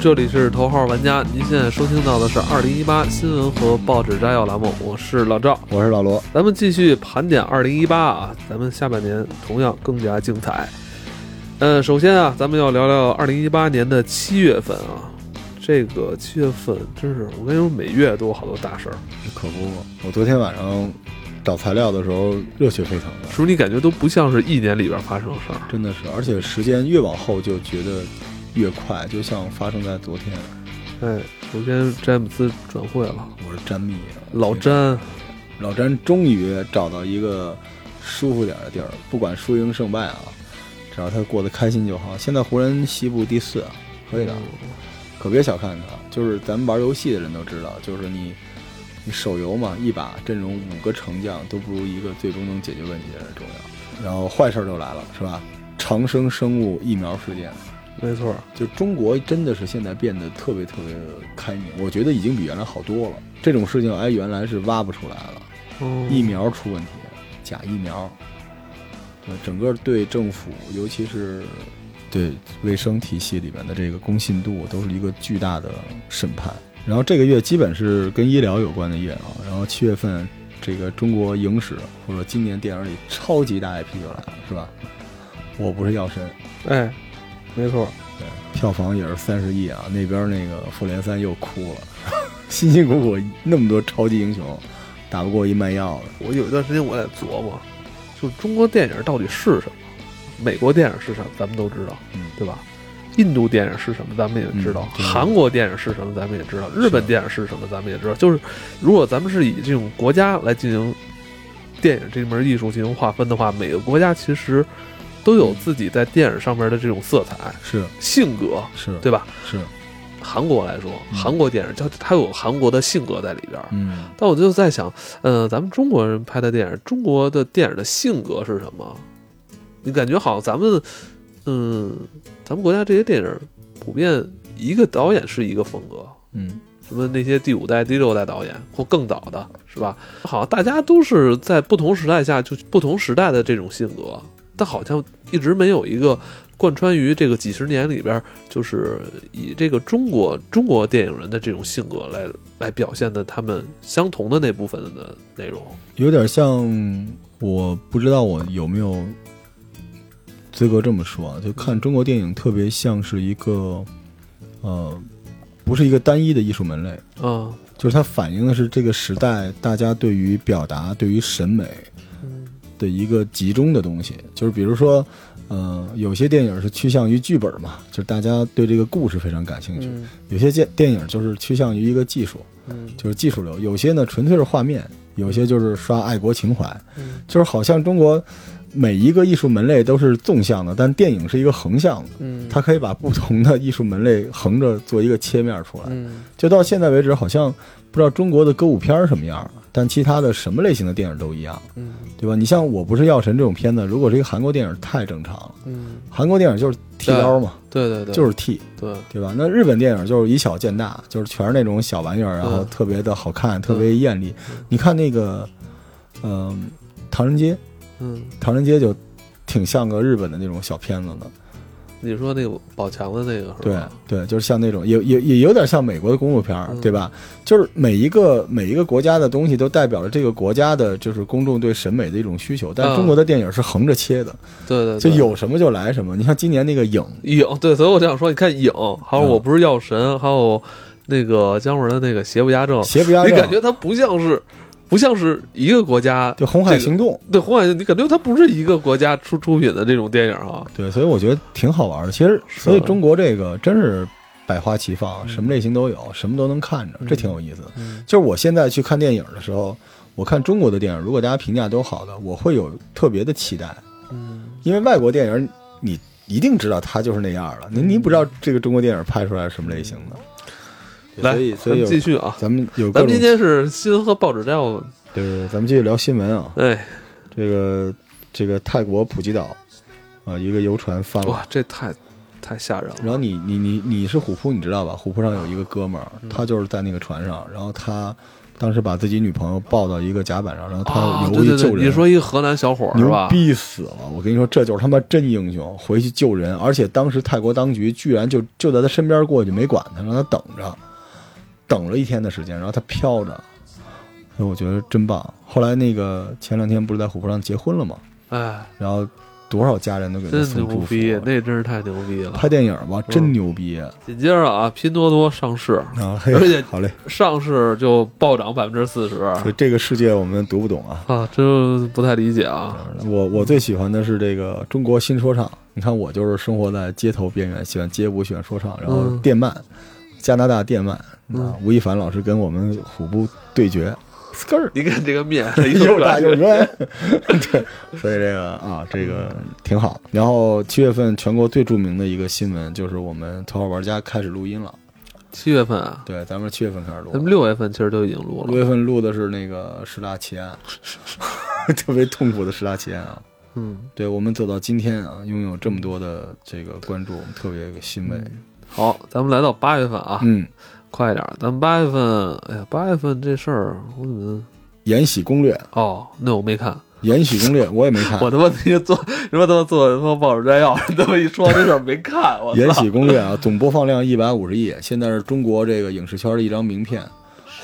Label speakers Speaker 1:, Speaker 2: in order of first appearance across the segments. Speaker 1: 这里是头号玩家，您现在收听到的是二零一八新闻和报纸摘要栏目，我是老赵。
Speaker 2: 我是老罗，
Speaker 1: 咱们继续盘点二零一八啊，咱们下半年同样更加精彩。嗯，首先啊，咱们要聊聊二零一八年的七月份啊，这个七月份真是我跟你说，每月都有好多大事儿，
Speaker 2: 可不嘛！我昨天晚上找材料的时候热血沸腾的，
Speaker 1: 是不是你感觉都不像是一年里边发生的事儿？
Speaker 2: 真的是，而且时间越往后就觉得越快，就像发生在昨天。
Speaker 1: 哎，首先詹姆斯转会了，
Speaker 2: 我是詹密，
Speaker 1: 老，詹，
Speaker 2: 老詹终于找到一个舒服点的地儿，不管输赢胜败啊，只要他过得开心就好。现在湖人西部第四啊，可以的，
Speaker 1: 嗯
Speaker 2: 可别小看他。就是咱们玩游戏的人都知道，就是你。你手游嘛，一把阵容五个成将都不如一个最终能解决问题的人重要。然后坏事儿就来了，是吧？长生生物疫苗事件，
Speaker 1: 没错儿，
Speaker 2: 就中国真的是现在变得特别特别的开明，我觉得已经比原来好多了。这种事情，哎，原来是挖不出来了。疫
Speaker 1: 嗯，
Speaker 2: 苗出问题，假疫苗，对整个对政府，尤其是对卫生体系里面的这个公信度，都是一个巨大的审判。然后这个月基本是跟医疗有关的月啊，然后七月份这个中国影史或者今年电影里超级大 IP 就来了，是吧？我不是药神，
Speaker 1: 哎，没错儿，
Speaker 2: 对，票房也是三十亿啊，那边那个复联三又哭了， 辛辛苦苦那么多超级英雄，打不过一卖药的。
Speaker 1: 我有一段时间我在琢磨，就是中国电影到底是什么？美国电影是什么？咱们都知道，
Speaker 2: 嗯
Speaker 1: 对吧？印度电影是什么，咱们也知道；
Speaker 2: 嗯对
Speaker 1: 韩国电影是什么，咱们也知道；
Speaker 2: 是
Speaker 1: 日本电影是什么，咱们也知道。就是如果咱们是以这种国家来进行电影这门艺术进行划分的话，每个国家其实都有自己在电影上面的这种色彩、
Speaker 2: 是
Speaker 1: 性格，
Speaker 2: 是，
Speaker 1: 对吧？
Speaker 2: 是，
Speaker 1: 韩国来说，
Speaker 2: 嗯
Speaker 1: 韩国电影它它有韩国的性格在里边儿。
Speaker 2: 嗯，
Speaker 1: 但我就在想，呃，咱们中国人拍的电影，中国的电影的性格是什么？你感觉好像咱们，嗯，咱们国家这些电影普遍一个导演是一个风格，
Speaker 2: 嗯，
Speaker 1: 什么那些第五代、第六代导演或更早的，是吧？好像大家都是在不同时代下就不同时代的这种性格，但好像一直没有一个贯穿于这个几十年里边儿，就是以这个中国中国电影人的这种性格来来表现的他们相同的那部分的内容。
Speaker 2: 有点像，我不知道我有没有资格这么说啊，就看中国电影特别像是一个，呃，不是一个单一的艺术门类，
Speaker 1: 啊，
Speaker 2: 就是它反映的是这个时代大家对于表达、对于审美
Speaker 1: 嗯
Speaker 2: 的一个集中的东西，就是比如说。呃，有些电影是趋向于剧本嘛，就是大家对这个故事非常感兴趣；
Speaker 1: 嗯
Speaker 2: 有些电电影就是趋向于一个技术，
Speaker 1: 嗯
Speaker 2: 就是技术流，有些呢纯粹是画面，有些就是刷爱国情怀，
Speaker 1: 嗯
Speaker 2: 就是好像中国每一个艺术门类都是纵向的，但电影是一个横向的，
Speaker 1: 嗯
Speaker 2: 它可以把不同的艺术门类横着做一个切面出来。
Speaker 1: 嗯
Speaker 2: 就到现在为止，好像不知道中国的歌舞片儿什么样儿，但其他的什么类型的电影都一样，
Speaker 1: 嗯
Speaker 2: 对吧？你像《我不是药神》这种片子，如果是一个韩国电影，太正常了。
Speaker 1: 嗯，
Speaker 2: 韩国电影就是剃刀嘛，
Speaker 1: 对对对，
Speaker 2: 就是是剃，
Speaker 1: 对，
Speaker 2: 对吧？那日本电影就是以小见大，就是全是那种小玩意儿，然
Speaker 1: 嗯
Speaker 2: 后特别的好看，特别艳丽。你看那个，嗯、唐人街》，
Speaker 1: 嗯，
Speaker 2: 《唐人街》就挺像个日本的那种小片子的，
Speaker 1: 你说那个宝强的那个是
Speaker 2: 对
Speaker 1: 吧？
Speaker 2: 对，就是像那种也也也有点像美国的公路片儿
Speaker 1: 嗯，
Speaker 2: 对吧？就是每一个每一个国家的东西都代表了这个国家的，就是公众对审美的一种需求，但
Speaker 1: 嗯
Speaker 2: 中国的电影是横着切的，
Speaker 1: 对对对，哦
Speaker 2: 就有什么就来什么。你像今年那个影，
Speaker 1: 影，对，所以我想说，你看影，还有
Speaker 2: 嗯
Speaker 1: 我不是药神，还有那个姜文的那个邪不压正，
Speaker 2: 邪不压
Speaker 1: 你
Speaker 2: 正，
Speaker 1: 感觉它不像是，不像是一个国家，
Speaker 2: 就《红海
Speaker 1: 这个
Speaker 2: 行动》
Speaker 1: 对红海，你感觉它不是一个国家出出品的这种电影啊，
Speaker 2: 对，所以我觉得挺好玩的。其实，
Speaker 1: 是
Speaker 2: 所以中国这个真是百花齐放，
Speaker 1: 嗯
Speaker 2: 什么类型都有，什么都能看着，这挺有意思的。
Speaker 1: 嗯
Speaker 2: 就是我现在去看电影的时候，我看中国的电影，如果大家评价都好的，我会有特别的期待，
Speaker 1: 嗯，
Speaker 2: 因为外国电影你一定知道它就是那样了，
Speaker 1: 嗯
Speaker 2: 您您不知道这个中国电影拍出来是什么类型的。
Speaker 1: 嗯来，
Speaker 2: 对
Speaker 1: 咱
Speaker 2: 所以
Speaker 1: 们
Speaker 2: 所以
Speaker 1: 继续
Speaker 2: 有
Speaker 1: 啊，
Speaker 2: 咱们有
Speaker 1: 咱
Speaker 2: 各
Speaker 1: 们
Speaker 2: 种
Speaker 1: 今天是新闻和报纸摘要，
Speaker 2: 对对，对咱们继续聊新闻啊。
Speaker 1: 哎，
Speaker 2: 这个这个泰国普吉岛啊、一个游船翻了。
Speaker 1: 哇，这太太吓人
Speaker 2: 然
Speaker 1: 了，
Speaker 2: 后你
Speaker 1: 嗯
Speaker 2: 你你你是虎扑，你知道吧？虎扑上有一个哥们儿，他就是在那个船上，然后他当时把自己女朋友抱到一个甲板上，然后
Speaker 1: 啊
Speaker 2: 他，游
Speaker 1: 对
Speaker 2: 过去
Speaker 1: 对
Speaker 2: 救
Speaker 1: 对，
Speaker 2: 人。
Speaker 1: 你说一个荷兰小伙儿是
Speaker 2: 牛
Speaker 1: 吧？
Speaker 2: 逼死了！我跟你说，这就是他妈真英雄，回去救人。而且当时泰国当局居然就就在他身边过去，没管他，让他等着，等了一天的时间，然后他飘着。所以我觉得真棒。后来那个前两天不是在琥珀上结婚了吗？
Speaker 1: 哎，
Speaker 2: 然后多少家人都给他
Speaker 1: 真
Speaker 2: 送
Speaker 1: 牛
Speaker 2: 祝福。啊
Speaker 1: 逼，那嗯真是太牛逼了。
Speaker 2: 拍电影吧，真牛逼啊！
Speaker 1: 紧接着啊，拼多多上市，
Speaker 2: 嘿
Speaker 1: 而且
Speaker 2: 好嘞，
Speaker 1: 上市就暴涨百分之四十
Speaker 2: 所以啊这个世界我们读不懂啊。
Speaker 1: 啊，真不太理解啊。
Speaker 2: 我我最喜欢的是这个中国新说唱。你看，我就是生活在街头边缘，喜欢街舞，喜欢说唱，然后
Speaker 1: 嗯
Speaker 2: 电鳗，加拿大电鳗
Speaker 1: 嗯
Speaker 2: 啊，吴亦凡老师跟我们虎扑对决，skr
Speaker 1: 你看这个面
Speaker 2: 又 大又圆， 对，所以这个啊，这个挺好。然后七月份全国最著名的一个新闻就是我们《头号玩家》开始录音了，
Speaker 1: 七月份啊，
Speaker 2: 对，咱们七月份开始录
Speaker 1: 咱，们六月份其实就已经录了。
Speaker 2: 六月份录的是那个十大 奇案，特别痛苦的十大奇案啊。
Speaker 1: 嗯，
Speaker 2: 对我们走到今天啊，拥有这么多的这个关注，我们特别欣慰。
Speaker 1: 好，咱们来到八月份啊，
Speaker 2: 嗯，
Speaker 1: 快一点儿。咱们八月份，哎呀，八月份这事儿我怎么
Speaker 2: 延禧攻略》《
Speaker 1: 哦，那我没看，
Speaker 2: 延禧攻略》我也没看，
Speaker 1: 我他妈那些做什么他妈做他妈报纸摘要，他妈一说这事儿没看，我
Speaker 2: 《延
Speaker 1: 操！
Speaker 2: 禧攻略》啊，总播放量一百五十亿，现在是中国这个影视圈的一张名片，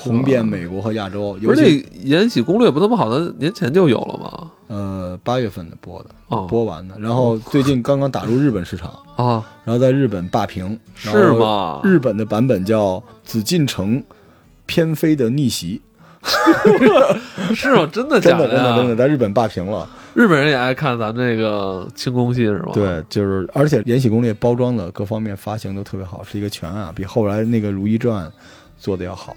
Speaker 2: 红遍美国和亚洲。
Speaker 1: 啊不
Speaker 2: 尤
Speaker 1: 是
Speaker 2: 其
Speaker 1: 那《延禧攻略》不他妈好像年前就有了吗？
Speaker 2: 呃八月份的播的，
Speaker 1: 哦
Speaker 2: 播完的，然后最近刚刚打入日本市场，
Speaker 1: 啊，
Speaker 2: 然后在日本霸屏，然后
Speaker 1: 是吗？
Speaker 2: 日本的版本叫《紫禁城偏妃的逆袭
Speaker 1: 是吗？真的》，假
Speaker 2: 真的真
Speaker 1: 呀？
Speaker 2: 的真的在日本霸屏了。
Speaker 1: 日本人也爱看咱们这个清宫戏是吗？，
Speaker 2: 对，就是而且《延禧攻略》包装的各方面发行都特别好，是一个全啊，比后来那个《如懿传》做的要好。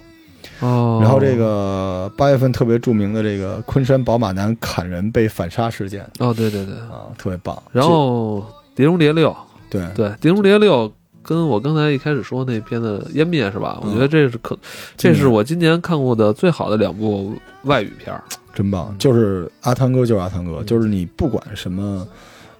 Speaker 1: 哦。
Speaker 2: 然后这个八月份特别著名的这个昆山宝马男砍人被反杀事件
Speaker 1: 哦，对对对，
Speaker 2: 啊，特别棒。
Speaker 1: 然后《碟中谍六》
Speaker 2: 这对
Speaker 1: 对，《碟中谍六》跟我刚才一开始说那片的《湮灭》是吧？
Speaker 2: 嗯
Speaker 1: 我觉得这是可，
Speaker 2: 今
Speaker 1: 这
Speaker 2: 年
Speaker 1: 是我今年看过的最好的两部外语片儿。
Speaker 2: 真棒，
Speaker 1: 嗯
Speaker 2: 就是阿汤哥就是阿汤哥，就是你不管什么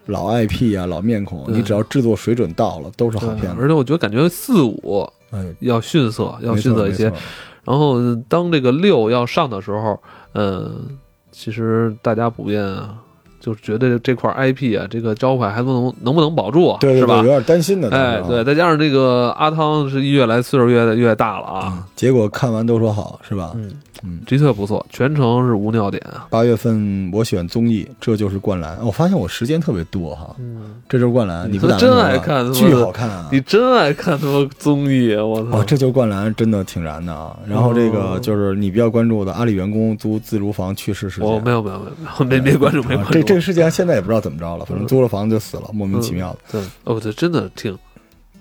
Speaker 2: 老 IP 啊、老面孔，
Speaker 1: 对
Speaker 2: 你只要制作水准到了，都是哦好
Speaker 1: 对
Speaker 2: 片，子。
Speaker 1: 而且我觉得感觉四五
Speaker 2: 哎，
Speaker 1: 要逊色，要
Speaker 2: 没
Speaker 1: 逊
Speaker 2: 错
Speaker 1: 色一
Speaker 2: 没
Speaker 1: 些
Speaker 2: 错。
Speaker 1: 然后当这个六要上的时候，嗯，其实大家普遍啊，就是觉得这块 IP 啊，这个招牌还不能能不能保住啊，
Speaker 2: 对对
Speaker 1: 是
Speaker 2: 对，有
Speaker 1: 吧？
Speaker 2: 点担心的。
Speaker 1: 哎，
Speaker 2: 当时
Speaker 1: 对，
Speaker 2: 啊。
Speaker 1: 再加上这个阿汤是越来岁数越越大了啊，
Speaker 2: 嗯结果看完都说好，是吧？
Speaker 1: 嗯
Speaker 2: 嗯
Speaker 1: 的确不错，全程是无尿点啊，
Speaker 2: 八月份我选综艺《这就是灌篮》，哦我发现我时间特别多哈，
Speaker 1: 嗯，
Speaker 2: 这就是灌篮，
Speaker 1: 嗯
Speaker 2: 你不打
Speaker 1: 真
Speaker 2: 算
Speaker 1: 爱
Speaker 2: 吧
Speaker 1: 看
Speaker 2: 啊巨
Speaker 1: 他妈的
Speaker 2: 好看啊！
Speaker 1: 你真爱看他妈综艺，啊我
Speaker 2: 哇，
Speaker 1: 操，
Speaker 2: 这就是灌篮，哦真的挺燃的啊！然后这个
Speaker 1: 哦
Speaker 2: 就是你比较关注的阿里员工租自如房去世事件，
Speaker 1: 我哦没有没有没有没有没没关注没嗯
Speaker 2: 啊
Speaker 1: 关注，
Speaker 2: 这这个事件现在也不知道怎么着了，反正租了房子就死了，莫名其妙的，
Speaker 1: 对哦，这真的挺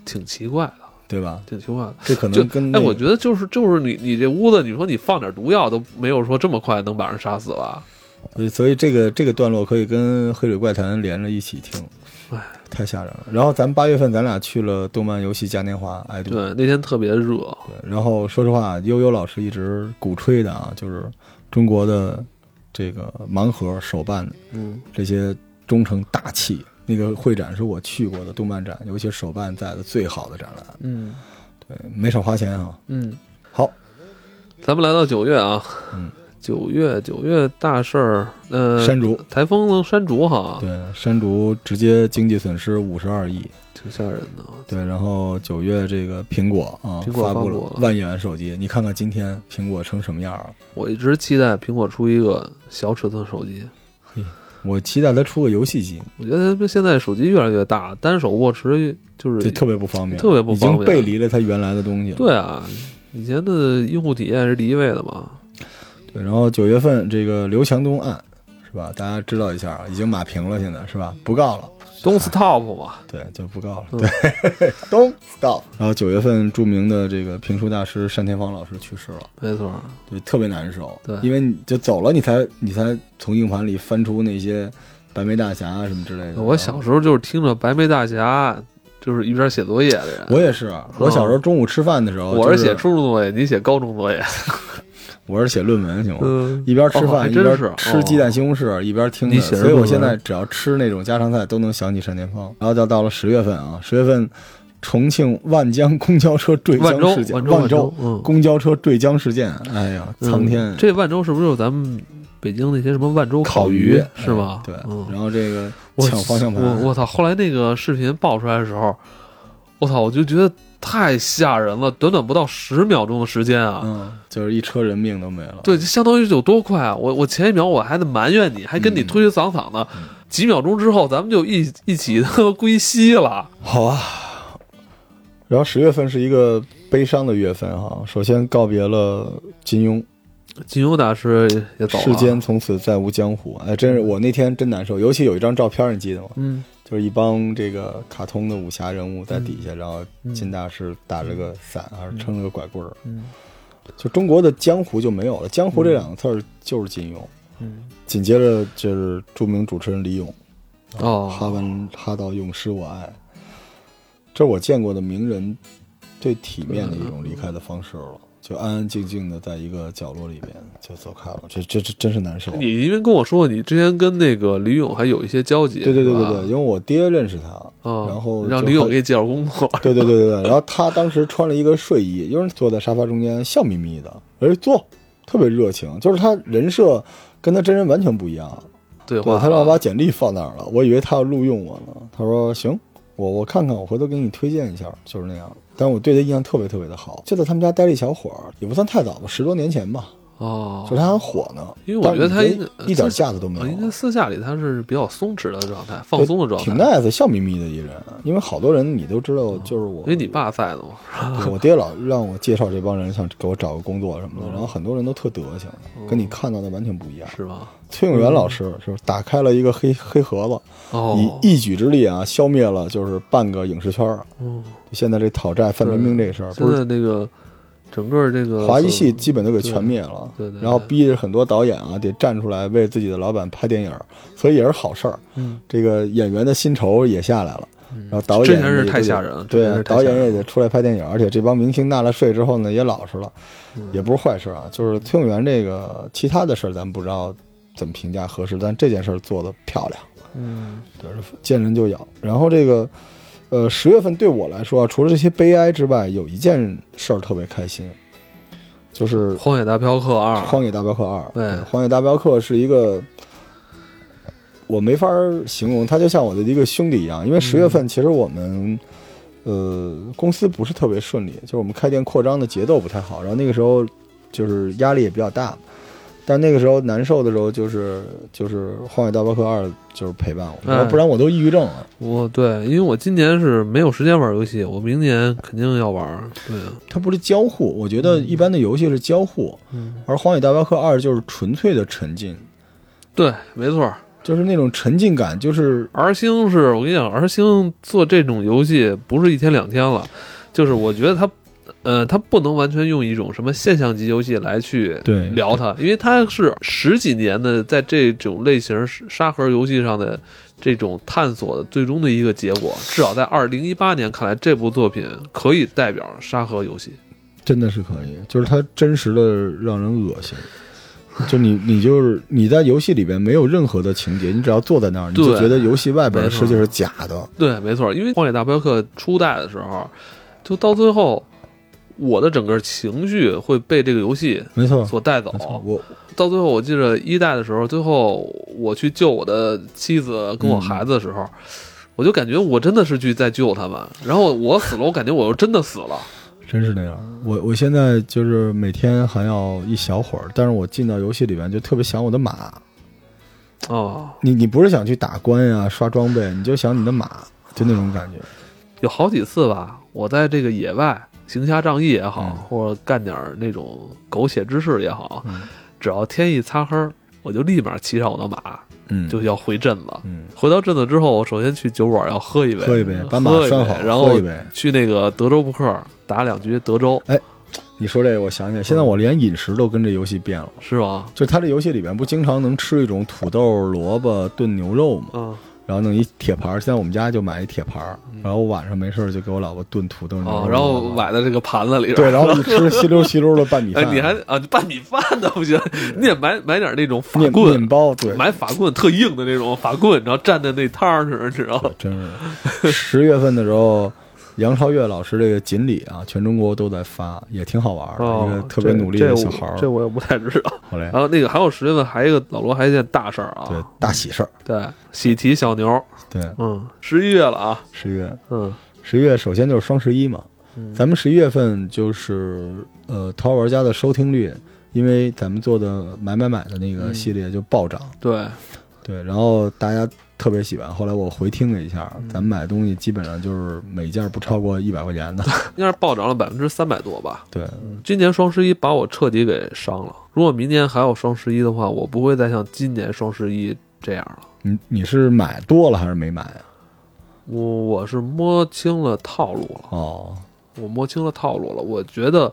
Speaker 1: 挺奇怪的，
Speaker 2: 对吧？
Speaker 1: 挺奇怪的。
Speaker 2: 这可
Speaker 1: 就
Speaker 2: 能跟
Speaker 1: 哎，
Speaker 2: 那
Speaker 1: 我
Speaker 2: 个
Speaker 1: 觉得就是就是你你这屋子，你说你放点毒药都没有说这么快能把人杀死吧？
Speaker 2: 所以所以这个这个段落可以跟《黑水怪谈》连着一起听
Speaker 1: 哎，
Speaker 2: 太吓人了。然后咱八月份咱俩去了动漫游戏嘉年华，哎，
Speaker 1: 对，那天特别热，
Speaker 2: 对，然后说实话，啊悠悠老师一直鼓吹的啊，就是中国的这个盲盒手办的
Speaker 1: 嗯，
Speaker 2: 这些忠诚大气。那个会展是我去过的动漫展，尤其手办在的最好的展览，
Speaker 1: 嗯
Speaker 2: 对，没少花钱啊。
Speaker 1: 嗯，
Speaker 2: 好，
Speaker 1: 咱们来到九月啊，
Speaker 2: 嗯
Speaker 1: 九月九月大事儿，呃，
Speaker 2: 山竹，
Speaker 1: 台风能山竹哈，
Speaker 2: 对，山竹直接经济损失五十二亿，
Speaker 1: 挺吓人的啊。
Speaker 2: 对，然后九月这个苹果啊
Speaker 1: 苹果
Speaker 2: 发
Speaker 1: 发
Speaker 2: 布
Speaker 1: 布
Speaker 2: 了
Speaker 1: 了
Speaker 2: 万元手机，你看看今天苹果成什么样了？
Speaker 1: 我一直期待苹果出一个小尺寸手机，
Speaker 2: 我期待它出个游戏机，
Speaker 1: 我觉得现在手机越来越大，单手握持就是
Speaker 2: 这特别不方便，
Speaker 1: 特别不方
Speaker 2: 已经
Speaker 1: 便
Speaker 2: 背离了它原来的东西了。
Speaker 1: 对啊，以前的用户体验是第一位的嘛。
Speaker 2: 对，然后九月份这个刘强东案是吧？大家知道一下啊，已经码平了，现在是吧？不告了，啊
Speaker 1: 东 stop 嘛，
Speaker 2: 对，就不告了。
Speaker 1: 嗯
Speaker 2: 对， 东 stop。然后九月份著名的这个评书大师单田芳老师去世了，
Speaker 1: 没错儿，
Speaker 2: 对，特别难受。
Speaker 1: 对
Speaker 2: 因为你就走了，你才你才从硬盘里翻出那些白眉大侠啊什么之类的。
Speaker 1: 我小时候就是听着白眉大侠，就是一边写作业的人。
Speaker 2: 我也是，我小时候中午吃饭的时候，
Speaker 1: 嗯我
Speaker 2: 就是
Speaker 1: 写初中作业，你写高中作业。
Speaker 2: 我是写论文，行吗？
Speaker 1: 嗯，
Speaker 2: 一边吃
Speaker 1: 哦还
Speaker 2: 饭一
Speaker 1: 真
Speaker 2: 边
Speaker 1: 是
Speaker 2: 吃鸡蛋西红柿，一边听
Speaker 1: 你
Speaker 2: 着，
Speaker 1: 写着
Speaker 2: 所以
Speaker 1: 论
Speaker 2: 我
Speaker 1: 文
Speaker 2: 现在只要吃那种家常菜都能想起单田芳。然后就到了十月份啊，十月份重庆万江公交车坠
Speaker 1: 万
Speaker 2: 江
Speaker 1: 州
Speaker 2: 事，件，
Speaker 1: 万州，
Speaker 2: 万
Speaker 1: 万州，嗯，
Speaker 2: 公交车坠江事件，哎呀，苍天！
Speaker 1: 嗯这万州是不是就是咱们北京那些什么万州
Speaker 2: 烤
Speaker 1: 鱼
Speaker 2: 鱼哎
Speaker 1: 是吗？
Speaker 2: 对，
Speaker 1: 嗯，
Speaker 2: 然后这个
Speaker 1: 我
Speaker 2: 抢方向盘，
Speaker 1: 我我操！后来那个视频爆出来的时候，我操，我就觉得太吓人了，短短不到十秒钟的时间啊。
Speaker 2: 嗯，就是一车人命都没了。
Speaker 1: 对，就相当于有多快啊！我我前一秒我还在埋怨你，还跟你推推搡搡的，
Speaker 2: 嗯
Speaker 1: 几秒钟之后咱们就一一起他妈归西了。
Speaker 2: 好啊。然后十月份是一个悲伤的月份哈、首先告别了金庸，
Speaker 1: 金庸大师也走了，啊
Speaker 2: 世间从此再无江湖。哎，真是我那天真难受，尤其有一张照片，你记得吗？
Speaker 1: 嗯，
Speaker 2: 就是一帮这个卡通的武侠人物在底下，然后
Speaker 1: 嗯
Speaker 2: 金大师打着个伞，还是撑着个拐棍儿。
Speaker 1: 嗯
Speaker 2: 就中国的江湖就没有了，江湖这两个字儿就是金庸。
Speaker 1: 嗯
Speaker 2: 紧接着就是著名主持人李咏，哈
Speaker 1: 哦，
Speaker 2: 文哈到永失我爱，这是我见过的名人最体面的一种离开的方式了，就安安静静的在一个角落里面就走开了，这这这真是难受。对
Speaker 1: 你因为跟我说你之前跟那个李勇还有一些交集，
Speaker 2: 对对对
Speaker 1: 是吧
Speaker 2: 对，因为我爹认识他，
Speaker 1: 啊，
Speaker 2: 然后
Speaker 1: 让
Speaker 2: 就
Speaker 1: 李勇
Speaker 2: 很
Speaker 1: 给你介绍工作，
Speaker 2: 对对对对对，然后他当时穿了一个睡衣，因为坐在沙发中间笑眯眯的，哎坐，特别热情，就是他人设跟他真人完全不一样。
Speaker 1: 对
Speaker 2: 对
Speaker 1: 话，
Speaker 2: 他让我把简历放那儿了，我以为他要录用我呢。他说行，我我看看，我回头给你推荐一下，就是那样。但是我对他印象特别特别的好，就在他们家待了一小会儿，也不算太早吧，十多年前吧，
Speaker 1: 哦
Speaker 2: 就是，他还火呢。
Speaker 1: 因为我觉得他
Speaker 2: 但是已
Speaker 1: 应
Speaker 2: 经
Speaker 1: 该
Speaker 2: 一点架子都没
Speaker 1: 啊应
Speaker 2: 有
Speaker 1: 该，私下里他是比较松弛的状态，放松的状态，
Speaker 2: 呃
Speaker 1: 哦
Speaker 2: 挺 nice，笑眯眯的一人。因为好多人你都知道，就是我，
Speaker 1: 因为你爸哦在的嘛，
Speaker 2: 对我爹老让我介绍这帮人，想给我找个工作什么的，然后很多人都特德行，
Speaker 1: 哦
Speaker 2: 跟你看到的完全不一样。
Speaker 1: 是吧？
Speaker 2: 崔
Speaker 1: 嗯
Speaker 2: 永元老师是打开了一个黑黑盒子，
Speaker 1: 哦，
Speaker 2: 以一举之力啊，消灭了就是半个影视圈儿。
Speaker 1: 嗯
Speaker 2: 现在这讨债、范冰冰这个事儿，
Speaker 1: 现
Speaker 2: 不是
Speaker 1: 在那个整个这个嗯
Speaker 2: 华谊系基本都给全灭了。
Speaker 1: 对对对
Speaker 2: 然后逼着很多导演啊，得站出来为自己的老板拍电影儿，所以也是好事儿。
Speaker 1: 嗯，
Speaker 2: 这个演员的薪酬也下来了，然后导演
Speaker 1: 之前嗯是
Speaker 2: 也
Speaker 1: 太
Speaker 2: 就
Speaker 1: 吓人了，
Speaker 2: 对
Speaker 1: 之前是
Speaker 2: 啊，
Speaker 1: 太
Speaker 2: 导
Speaker 1: 吓
Speaker 2: 演
Speaker 1: 人
Speaker 2: 也得出来拍电影，而且这帮明星纳了税之后呢，也老实了，也不是坏事啊。就是崔永元这个其他的事儿，咱们不知道怎么评价合适，但这件事儿做得漂亮。
Speaker 1: 嗯
Speaker 2: 对，见人就咬。然后这个，呃，十月份对我来说啊，除了这些悲哀之外，有一件事儿特别开心，就是
Speaker 1: 《
Speaker 2: 《
Speaker 1: 荒野大镖客二》
Speaker 2: 嗯荒野大镖客二》。
Speaker 1: 对
Speaker 2: 《荒野大镖客》是一个我没法儿形容，它就像我的一个兄弟一样。因为十月份其实我们、呃公司不是特别顺利，就是我们开店扩张的节奏不太好，然后那个时候就是压力也比较大。但那个时候难受的时候，就是就是《荒野大镖客二》就是陪伴我，
Speaker 1: 哎
Speaker 2: 要不然我都抑郁症了。
Speaker 1: 我对，因为我今年是没有时间玩游戏，我明年肯定要玩。对，啊
Speaker 2: 它不是交互，我觉得一般的游戏是交互，
Speaker 1: 嗯，
Speaker 2: 而《荒野大镖客二》就是纯粹的沉浸，
Speaker 1: 对，没错。
Speaker 2: 就是那种沉浸感，就是
Speaker 1: 儿星是我跟你讲，儿星做这种游戏不是一天两天了，就是我觉得它，呃，它不能完全用一种什么现象级游戏来去
Speaker 2: 对
Speaker 1: 聊它，因为它是十几年的在这种类型沙盒游戏上的这种探索的最终的一个结果。至少在二零一八年看来，这部作品可以代表沙盒游戏。
Speaker 2: 真的是可以，就是它真实的让人恶心。就你，你就是你在游戏里边没有任何的情节，你只要坐在那儿，你就
Speaker 1: 对
Speaker 2: 觉得游戏外边的
Speaker 1: 没
Speaker 2: 世
Speaker 1: 错
Speaker 2: 界是假的。
Speaker 1: 对，没错，因为《荒野大镖客》初代的时候，就到最后，我的整个情绪会被这个游戏
Speaker 2: 没错，
Speaker 1: 所带走
Speaker 2: 没。错我
Speaker 1: 到最后，我记着一代的时候，最后我去救我的妻子跟我孩子的时候，我就感觉我真的是去在救他们。然后我死了，我感觉我又真的死了。
Speaker 2: 真是那样。我我现在就是每天还要一小会儿，但是我进到游戏里边就特别想我的马。
Speaker 1: 哦，
Speaker 2: 你你不是想去打关呀、刷装备，你就想你的马，就那种感觉。
Speaker 1: 有好几次吧，我在这个野外行侠仗义也好，
Speaker 2: 嗯
Speaker 1: 或者干点儿那种狗血之事也好，
Speaker 2: 嗯
Speaker 1: 只要天一擦黑儿，我就立马骑上我的马，
Speaker 2: 嗯
Speaker 1: 就要回镇子。
Speaker 2: 嗯，
Speaker 1: 回到镇子之后，我首先去酒馆要喝一杯，
Speaker 2: 喝一杯，把马
Speaker 1: 喝一
Speaker 2: 拴
Speaker 1: 杯
Speaker 2: 好，
Speaker 1: 然
Speaker 2: 喝
Speaker 1: 后
Speaker 2: 一杯。
Speaker 1: 去那个德州扑克打两局德州，
Speaker 2: 你说这个，我想起来，现在我连饮食都跟这游戏变了。
Speaker 1: 是吗？
Speaker 2: 就它这游戏里边不经常能吃一种土豆萝卜炖牛肉嘛，
Speaker 1: 嗯，
Speaker 2: 然后弄一铁盘儿。现在我们家就买一铁盘儿，然后我晚上没事儿就给我老婆炖土豆牛
Speaker 1: 哦
Speaker 2: 肉，。
Speaker 1: 然后买在这个盘子里边
Speaker 2: 嗯对，然后 一吃吸溜吸溜的拌米
Speaker 1: 哎
Speaker 2: 饭，，
Speaker 1: 你还啊拌米饭都不行， 你得买买点那种法
Speaker 2: 面面
Speaker 1: 棍，
Speaker 2: 包，对，
Speaker 1: 买法棍特硬的那种法棍，然后蘸在那汤儿上，你知道吗？
Speaker 2: 真是十月份的时候，杨超越老师这个锦鲤啊，全中国都在发，也挺好玩儿的，一个特别努力的小孩儿
Speaker 1: 哦这。这我也啊不太知道。
Speaker 2: 后来
Speaker 1: 然后那个还有时间问，还有一个老罗还有一件大事儿啊，
Speaker 2: 对大喜事儿，
Speaker 1: 对，喜提小牛，
Speaker 2: 对
Speaker 1: 嗯，十一月了啊，
Speaker 2: 十一月
Speaker 1: 嗯
Speaker 2: 十一月首先就是双十一嘛，
Speaker 1: 嗯
Speaker 2: 咱们十一月份就是呃淘玩家的收听率，因为咱们做的买买买的那个
Speaker 1: 嗯
Speaker 2: 系列就暴涨，
Speaker 1: 对，
Speaker 2: 对，然后大家特别喜欢。后来我回听了一下，
Speaker 1: 嗯
Speaker 2: 咱们买东西基本上就是每件不超过一百块 钱的，
Speaker 1: 应该是暴涨了百分之三百多吧。
Speaker 2: 对，
Speaker 1: 今年双十一把我彻底给伤了。如果明年还有双十一的话，我不会再像今年双十一这样了。
Speaker 2: 你你是买多了还是没买啊？
Speaker 1: 我我是摸清了套路了，
Speaker 2: 哦，
Speaker 1: 我摸清了套路了。我觉得，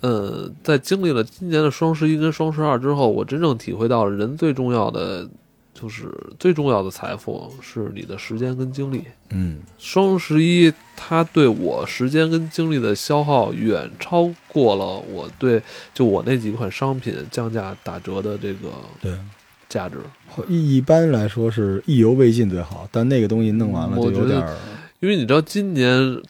Speaker 1: 呃，在经历了今年的双十一跟双十二之后，我真正体会到了人最重要的就是最重要的财富是你的时间跟精力。
Speaker 2: 嗯，
Speaker 1: 双十一它对我时间跟精力的消耗远超过了我对就我那几款商品降价打折的这个
Speaker 2: 对。
Speaker 1: 价值，
Speaker 2: 一一般来说是意犹未尽最好，但那个东西弄完了
Speaker 1: 我
Speaker 2: 就
Speaker 1: 觉得
Speaker 2: 有点儿，
Speaker 1: 因为你知道今年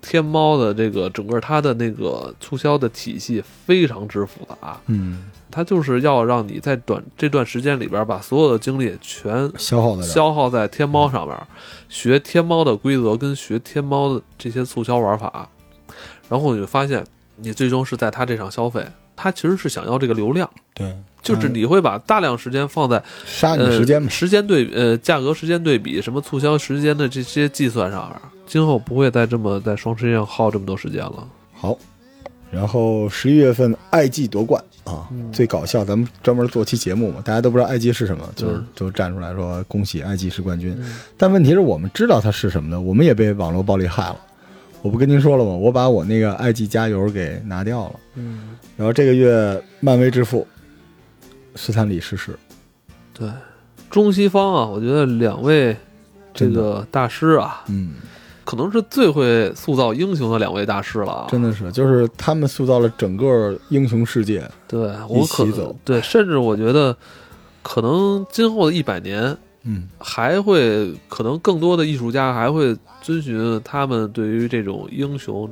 Speaker 1: 天猫的这个整个它的那个促销的体系非常之复杂，啊
Speaker 2: 嗯，
Speaker 1: 它就是要让你在短这段时间里边把所有的精力全
Speaker 2: 消耗在这儿。
Speaker 1: 消耗在天猫上面，学天猫的规则跟学天猫的这些促销玩法，啊然后你就发现你最终是在他这场消费，他其实是想要这个流量，
Speaker 2: 对，
Speaker 1: 就是
Speaker 2: 嗯
Speaker 1: 你会把大量时间放在
Speaker 2: 杀你
Speaker 1: 呃
Speaker 2: 时间嘛。
Speaker 1: 时间对呃价格时间对比什么促销时间的这些计算上面，今后不会再这么在双十一上耗这么多时间了。
Speaker 2: 好，然后十一月份爱季夺冠啊，
Speaker 1: 嗯
Speaker 2: 最搞笑，咱们专门做期节目嘛，大家都不知道爱季是什么，就是
Speaker 1: 嗯
Speaker 2: 就站出来说恭喜爱季是冠军。
Speaker 1: 嗯
Speaker 2: 但问题是我们知道它是什么的，我们也被网络暴力害了。我不跟您说了吗？我把我那个爱季加油给拿掉了。
Speaker 1: 嗯，
Speaker 2: 然后这个月漫威之父斯坦李逝世，
Speaker 1: 对，中西方啊，我觉得两位这
Speaker 2: 真的
Speaker 1: 个大师啊，
Speaker 2: 嗯，
Speaker 1: 可能是最会塑造英雄的两位大师了啊。
Speaker 2: 真的是，就是他们塑造了整个英雄世界。
Speaker 1: 对我可
Speaker 2: 起走
Speaker 1: 对，甚至我觉得，可能今后的一百年
Speaker 2: 嗯，
Speaker 1: 还会，可能更多的艺术家还会遵循他们对于这种英雄，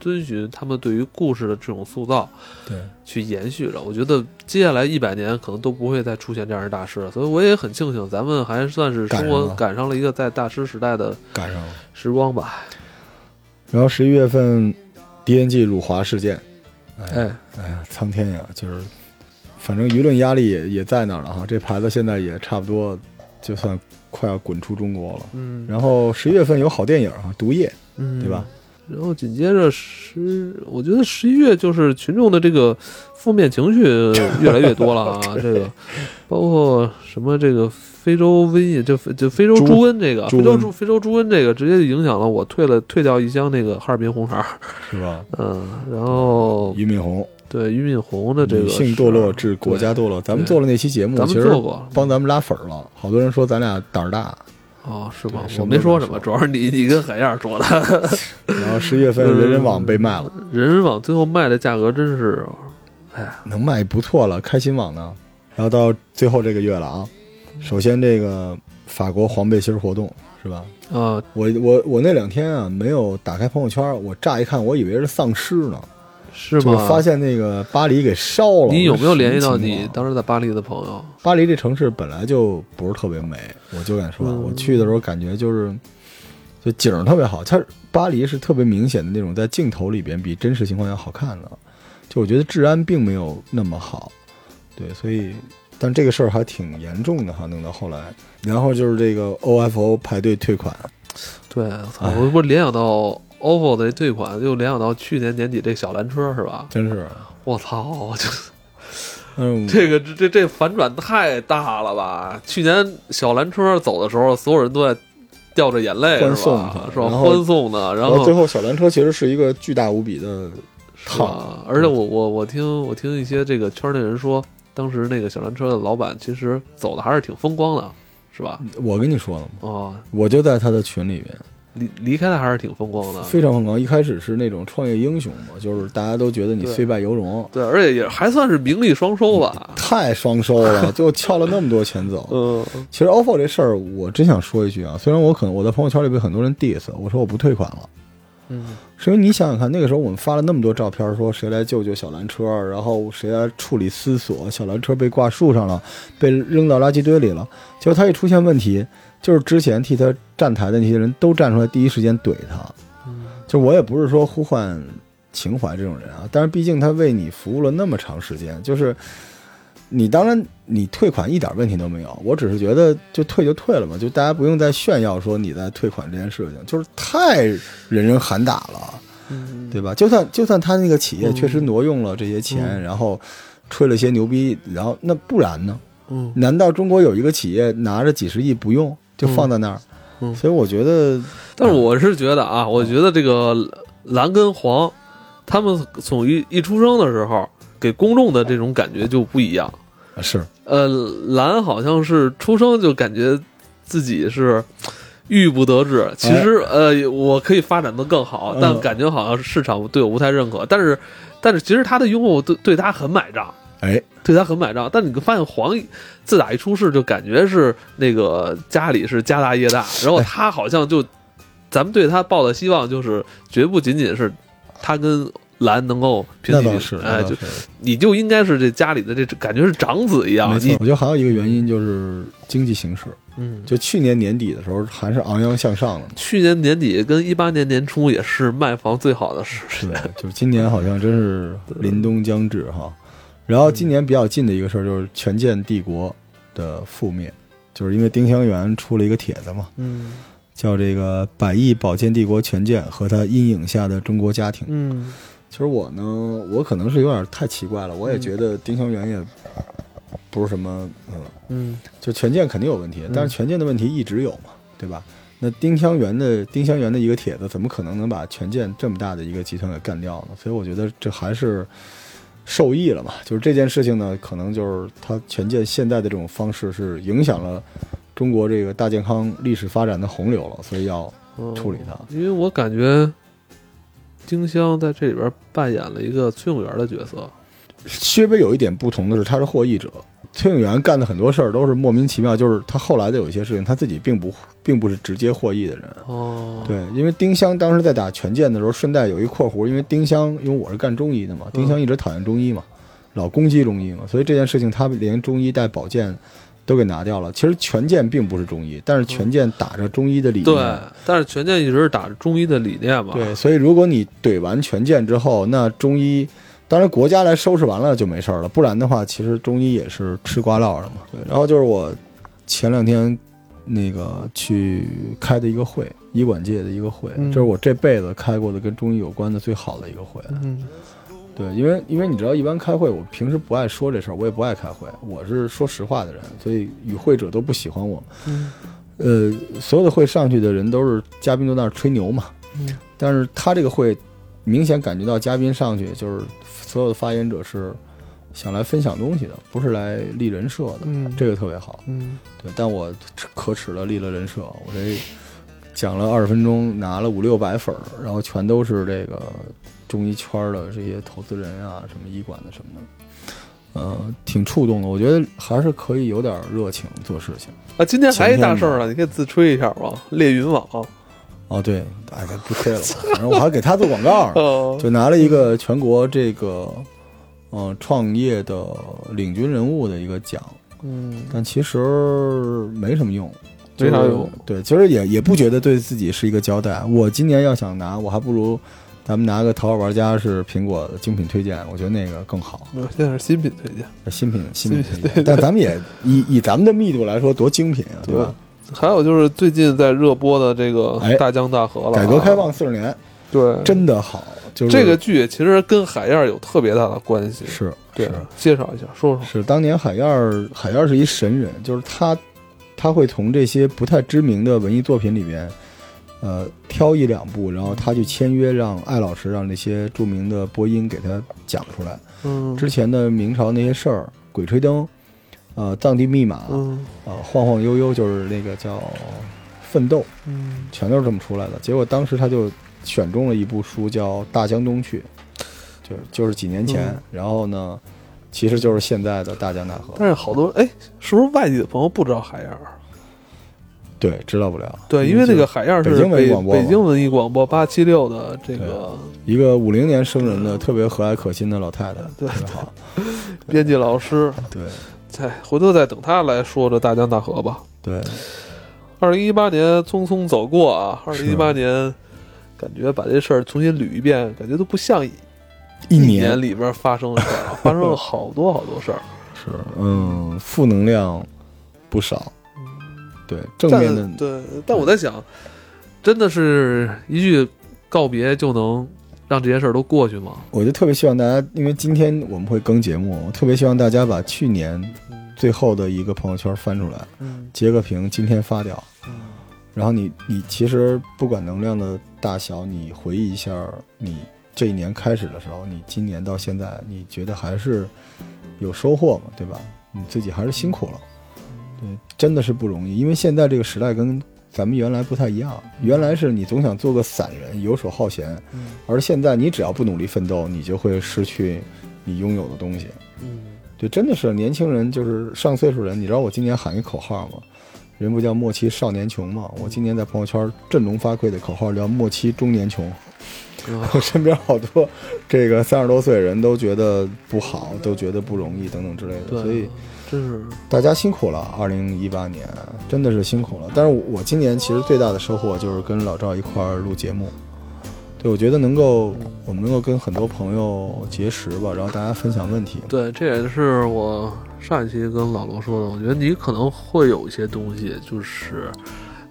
Speaker 1: 遵循他们对于故事的这种塑造
Speaker 2: 对，
Speaker 1: 去延续着。我觉得接下来一百年可能都不会再出现这样的大师了，所以我也很庆幸咱们还算是生活
Speaker 2: 赶上了
Speaker 1: 赶上了一个在大师时代的
Speaker 2: 赶上了。
Speaker 1: 时光吧。
Speaker 2: 然后十一月份 DNG 辱华事件，哎
Speaker 1: 哎，
Speaker 2: 哎呀，苍天呀，就是反正舆论压力也也在那儿了哈。这牌子现在也差不多就算快要滚出中国了。
Speaker 1: 嗯
Speaker 2: 然后十一月份有好电影啊，《毒液》，
Speaker 1: 嗯，
Speaker 2: 对吧？？
Speaker 1: 然后紧接着十，我觉得十一月就是群众的这个负面情绪越来越多了 啊，这个包括什么这个非洲瘟疫，就就非洲
Speaker 2: 猪
Speaker 1: 猪瘟这个，
Speaker 2: 猪
Speaker 1: 非洲
Speaker 2: 瘟
Speaker 1: 猪非洲猪瘟这个直接就影响了我退了退掉一箱那个哈尔滨红肠儿，
Speaker 2: 是吧？
Speaker 1: 嗯，然后
Speaker 2: 俞敏洪，
Speaker 1: 对俞敏洪的这个
Speaker 2: 女性
Speaker 1: 事
Speaker 2: 堕落
Speaker 1: 儿
Speaker 2: 致国家堕落，咱们
Speaker 1: 对
Speaker 2: 做了那期节目，
Speaker 1: 咱们
Speaker 2: 其实
Speaker 1: 做过
Speaker 2: 帮咱们拉粉儿了，好多人说咱俩胆儿大。
Speaker 1: 哦，是吗
Speaker 2: 对？什
Speaker 1: 我
Speaker 2: 么
Speaker 1: 没
Speaker 2: 都
Speaker 1: 说
Speaker 2: 没
Speaker 1: 什么，
Speaker 2: 说
Speaker 1: 主要是你你跟海燕儿说的，
Speaker 2: 然后十一月份人人网被卖了，
Speaker 1: 人人网最后卖的价格真是，哎，
Speaker 2: 能卖不错了，开心网呢。然后到最后这个月了啊，首先这个法国黄背心儿活动是吧？
Speaker 1: 呃，
Speaker 2: 我我我那两天啊，没有打开朋友圈，我乍一看，我以为是丧尸呢，
Speaker 1: 是
Speaker 2: 就
Speaker 1: 吗？
Speaker 2: 发现那个巴黎给烧了。
Speaker 1: 你有没有
Speaker 2: 我说什么
Speaker 1: 联系到
Speaker 2: 情
Speaker 1: 你
Speaker 2: 况
Speaker 1: 当时在巴黎的朋友？
Speaker 2: 巴黎这城市本来就不是特别美，我就敢说，
Speaker 1: 嗯
Speaker 2: 我去的时候感觉就是，就景儿特别好。它巴黎是特别明显的那种，在镜头里边比真实情况要好看的。就我觉得治安并没有那么好，对，所以但这个事儿还挺严重的哈，弄到后来，然后就是这个 OFO 排队退款，
Speaker 1: 对，我操！
Speaker 2: 哎
Speaker 1: 我不是联想到 OPPO 的退款，又联想到去年年底这小蓝车是吧？
Speaker 2: 真是，
Speaker 1: 我操！这
Speaker 2: 嗯，
Speaker 1: 这个这这这反转太大了吧！去年小蓝车走的时候，所有人都在掉着眼泪，
Speaker 2: 欢
Speaker 1: 是
Speaker 2: 送
Speaker 1: 吧
Speaker 2: 它？
Speaker 1: 是吧？
Speaker 2: 然后
Speaker 1: 欢送的，然
Speaker 2: 然
Speaker 1: 后
Speaker 2: 后最后小蓝车其实是一个巨大无比的，
Speaker 1: 是吧？而且我我我听我听一些这个圈内人说，当时那个小蓝车的老板其实走的还是挺风光的，是吧？
Speaker 2: 我跟你说了吗？
Speaker 1: 哦，
Speaker 2: 我就在他的群里边，
Speaker 1: 离离开他还是挺风光的，
Speaker 2: 非常疯狂。一开始是那种创业英雄嘛，就是大家都觉得你
Speaker 1: 对
Speaker 2: 虽败犹荣，
Speaker 1: 对，而且也还算是名利双收吧。
Speaker 2: 太双收了，就翘了那么多钱走。
Speaker 1: 嗯
Speaker 2: 其实 offer 这事儿，我真想说一句啊，虽然我可能我在朋友圈里被很多人 diss，我说我不退款了，
Speaker 1: 嗯，
Speaker 2: 是因为你想想看，那个时候我们发了那么多照片，说谁来救救小蓝车，然后谁来处理思索，小蓝车被挂树上了，被扔到垃圾堆里了，结果他一出现问题，就是之前替他站台的那些人都站出来，第一时间怼他。
Speaker 1: 嗯
Speaker 2: 就我也不是说呼唤情怀这种人啊，但是毕竟他为你服务了那么长时间，就是你当然你退款一点问题都没有，我只是觉得就退就退了嘛，就大家不用再炫耀说你在退款这件事情，就是太人人喊打了，
Speaker 1: 嗯
Speaker 2: 对吧？就算就算他那个企业
Speaker 1: 嗯
Speaker 2: 确实挪用了这些钱，
Speaker 1: 嗯
Speaker 2: 然后吹了些牛逼，然后那不然呢？
Speaker 1: 嗯，
Speaker 2: 难道中国有一个企业拿着几十亿不用就放在那儿？
Speaker 1: 嗯嗯
Speaker 2: 所以我觉得
Speaker 1: 但是我是觉得啊，我觉得这个蓝跟黄，他们从一一出生的时候给公众的这种感觉就不一样。
Speaker 2: 是
Speaker 1: 呃，蓝好像是出生就感觉自己是郁不得志，其实、呃，我可以发展的更好
Speaker 2: 哎嗯，
Speaker 1: 但感觉好像市场对我不太认可。但是，但是其实他的拥护对对他很买账，
Speaker 2: 哎，
Speaker 1: 对他很买账。但你发现黄自打一出世就感觉是那个家里是家大业大，
Speaker 2: 哎
Speaker 1: 然后他好像就、咱们对他抱的希望就是绝不仅仅是他跟蓝能够平
Speaker 2: 那
Speaker 1: 起
Speaker 2: 倒
Speaker 1: 平
Speaker 2: 是，那
Speaker 1: 哎，
Speaker 2: 倒
Speaker 1: 就是你就应该是这家里的这感觉是长子一样，
Speaker 2: 没
Speaker 1: 你
Speaker 2: 错，我觉得还有一个原因就是经济形势。
Speaker 1: 嗯，
Speaker 2: 就去年年底的时候，还是昂扬向上的。
Speaker 1: 去年年底跟一八年年初也是卖房最好的时
Speaker 2: 是
Speaker 1: 期。
Speaker 2: 的，就是今年好像真是临冬将至哈。然后今年比较近的一个事儿就是权健帝国的覆灭，就是因为丁香园出了一个帖子嘛，
Speaker 1: 嗯
Speaker 2: 叫这个“百亿保健帝国权健和他阴影下的中国家庭”。
Speaker 1: 嗯
Speaker 2: 其实我呢，我可能是有点太奇怪了，我也觉得丁香园也不是什么嗯
Speaker 1: 嗯
Speaker 2: 就权健肯定有问题
Speaker 1: 嗯，
Speaker 2: 但是权健的问题一直有嘛，对吧？那丁香园的丁香园的一个帖子，怎么可能能把权健这么大的一个集团给干掉呢？所以我觉得这还是受益了嘛。就是这件事情呢，可能就是他权健现在的这种方式是影响了中国这个大健康历史发展的洪流了，所以要
Speaker 1: 嗯
Speaker 2: 处理它
Speaker 1: 因为我感觉丁香在这里边扮演了一个崔永元的角色。
Speaker 2: 稍微有一点不同的是，他是获益者。崔永元干的很多事儿都是莫名其妙，就是他后来的有一些事情，他自己并不并不是直接获益的人。
Speaker 1: 哦，
Speaker 2: 对，因为丁香当时在打权健的时候，顺带有一括弧，因为丁香，因为我是干中医
Speaker 1: 嗯
Speaker 2: 的嘛，丁香一直讨厌中医嘛，老攻击中医嘛，所以这件事情他连中医带保健都给拿掉了。其实权健并不是中医，但是权健打着中医的理念。
Speaker 1: 对，但是权健一直是打着中医的理念嘛。
Speaker 2: 对，所以如果你怼完权健之后，那中医当然国家来收拾完了就没事儿了，不然的话，其实中医也是吃瓜落的嘛。对，然后就是我前两天那个去开的一个会，医管界的一个会，
Speaker 1: 嗯
Speaker 2: 这是我这辈子开过的跟中医有关的最好的一个会。
Speaker 1: 嗯
Speaker 2: 对，因为因为你知道，一般开会，我平时不爱说这事儿，我也不爱开会，我是说实话的人，所以与会者都不喜欢我。
Speaker 1: 嗯
Speaker 2: 呃，所有的会上去的人都是嘉宾都在那儿吹牛嘛，
Speaker 1: 嗯
Speaker 2: 但是他这个会明显感觉到嘉宾上去就是所有的发言者是想来分享东西的，不是来立人设的，
Speaker 1: 嗯
Speaker 2: 这个特别好。
Speaker 1: 嗯
Speaker 2: 对，但我可耻的立了人设，我这讲了二十分钟，拿了五六百粉儿，然后全都是这个中医圈儿的这些投资人啊，什么医馆的什么的。呃，挺触动的，我觉得还是可以有点热情做事情。
Speaker 1: 啊，今天还一
Speaker 2: 前天
Speaker 1: 大
Speaker 2: 嘛
Speaker 1: 事儿呢，嗯你可以自吹一下吧。猎云网，
Speaker 2: 哦，对，哎，不亏了吧，反正我还给他做广告呢。
Speaker 1: 哦，
Speaker 2: 就拿了一个全国这个呃创业的领军人物的一个奖，
Speaker 1: 嗯
Speaker 2: 但其实没什么用，
Speaker 1: 没啥
Speaker 2: 就是
Speaker 1: 用。
Speaker 2: 对，其实也也不觉得对自己是一个交代。我今年要想拿，我还不如咱们拿个淘宝玩家是苹果的精品推荐，我觉得那个更好。
Speaker 1: 没有，现在是新品推荐，
Speaker 2: 新品新 品推荐，但咱们也以以咱们的密度来说，多精品啊，对吧？
Speaker 1: 还有就是最近在热播的这个
Speaker 2: 哎
Speaker 1: 《大江大河》了啊，
Speaker 2: 改革开放四十年
Speaker 1: 对
Speaker 2: 真的好，就是
Speaker 1: 这个剧其实跟海燕儿有特别大的关系。
Speaker 2: 嗯是
Speaker 1: 对
Speaker 2: 是，
Speaker 1: 介绍一下，说说。
Speaker 2: 是当年海燕儿，海燕儿是一神人，就是他，他会从这些不太知名的文艺作品里边，呃，挑一两部，然后他去签约，让艾老师让那些著名的播音给他讲出来。
Speaker 1: 嗯
Speaker 2: 之前的明朝那些事儿，《鬼吹灯》，呃，《藏地密码》，
Speaker 1: 嗯
Speaker 2: 呃，晃晃悠悠就是那个叫《奋斗》，
Speaker 1: 嗯，
Speaker 2: 全都是这么出来的。结果当时他就选中了一部书叫《大江东去》，就是就是几年前，
Speaker 1: 嗯
Speaker 2: 然后呢，其实就是现在的大江大河。
Speaker 1: 但是好多哎，是不是外地的朋友不知道海燕儿？
Speaker 2: 对，知道不了。
Speaker 1: 对，因为那个海燕儿是
Speaker 2: 嗯北京文艺
Speaker 1: 北
Speaker 2: 广播嘛
Speaker 1: 北京文艺广播八七六的这个
Speaker 2: 一个五零年生人的特别和蔼可亲的老太太，
Speaker 1: 对
Speaker 2: 特别好。
Speaker 1: 编辑老师，
Speaker 2: 对
Speaker 1: 哎，回头再等他来说这大江大河吧。
Speaker 2: 对，
Speaker 1: 二零一八年匆匆走过啊，二零
Speaker 2: 是
Speaker 1: 一八年感觉把这事儿重新捋一遍，感觉都不像
Speaker 2: 一
Speaker 1: 一年里边发生的事儿啊，发生了好多好多事儿。
Speaker 2: 是嗯，负能量不少。对，正
Speaker 1: 但
Speaker 2: 面的嗯
Speaker 1: 对，但我在想，真的是一句告别就能让这些事儿都过去吗？
Speaker 2: 我就特别希望大家，因为今天我们会更节目，我特别希望大家把去年最后的一个朋友圈翻出来，
Speaker 1: 嗯
Speaker 2: 截个屏，今天发掉。然后你你其实不管能量的大小，你回忆一下你这一年开始的时候，你今年到现在，你觉得还是有收获嘛，对吧？你自己还是辛苦了，对，真的是不容易，因为现在这个时代跟咱们原来不太一样，原来是你总想做个散人，游手好闲，
Speaker 1: 嗯
Speaker 2: 而现在你只要不努力奋斗，你就会失去你拥有的东西。
Speaker 1: 嗯
Speaker 2: 对，真的是年轻人，就是上岁数人。你知道我今年喊一口号吗？人不叫莫欺少年穷吗？我今年在朋友圈振聋发聩的口号叫莫欺中年穷。
Speaker 1: 嗯
Speaker 2: 我身边好多这个三十多岁的人都觉得不好，都觉得不容易等等之类的，
Speaker 1: 对，
Speaker 2: 所以
Speaker 1: 真是
Speaker 2: 大家辛苦了，二零一八年真的是辛苦了。但是我今年其实最大的收获就是跟老赵一块儿录节目，对我觉得能够我们能够跟很多朋友结识吧，然后大家分享问题。
Speaker 1: 对，这也是我上一期跟老罗说的。我觉得你可能会有一些东西，就是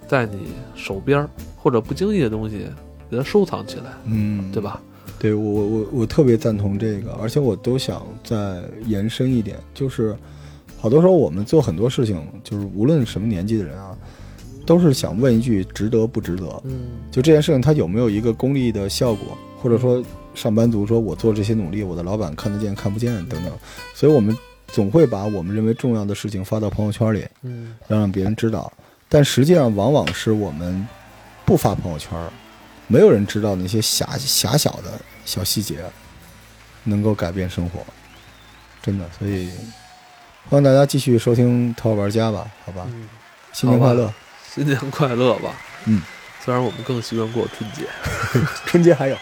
Speaker 1: 在你手边儿或者不经意的东西，给它收藏起来，
Speaker 2: 嗯，
Speaker 1: 对？吧？
Speaker 2: 对我我我我特别赞同这个，而且我都想再延伸一点，就是好多时候我们做很多事情，就是无论什么年纪的人啊，都是想问一句值得不值得。
Speaker 1: 嗯
Speaker 2: 就这件事情它有没有一个功利的效果，或者说上班族说我做这些努力，我的老板看得见看不见等等，所以我们总会把我们认为重要的事情发到朋友圈里，
Speaker 1: 嗯
Speaker 2: 要让别人知道，但实际上往往是我们不发朋友圈，没有人知道那些狭狭小的小细节，能够改变生活，真的，所以欢迎大家继续收听《淘宝玩家》吧，好吧，
Speaker 1: 嗯，
Speaker 2: 新年快乐，
Speaker 1: 新年快乐吧！
Speaker 2: 嗯，
Speaker 1: 虽然我们更习惯过春节。
Speaker 2: 春节还有。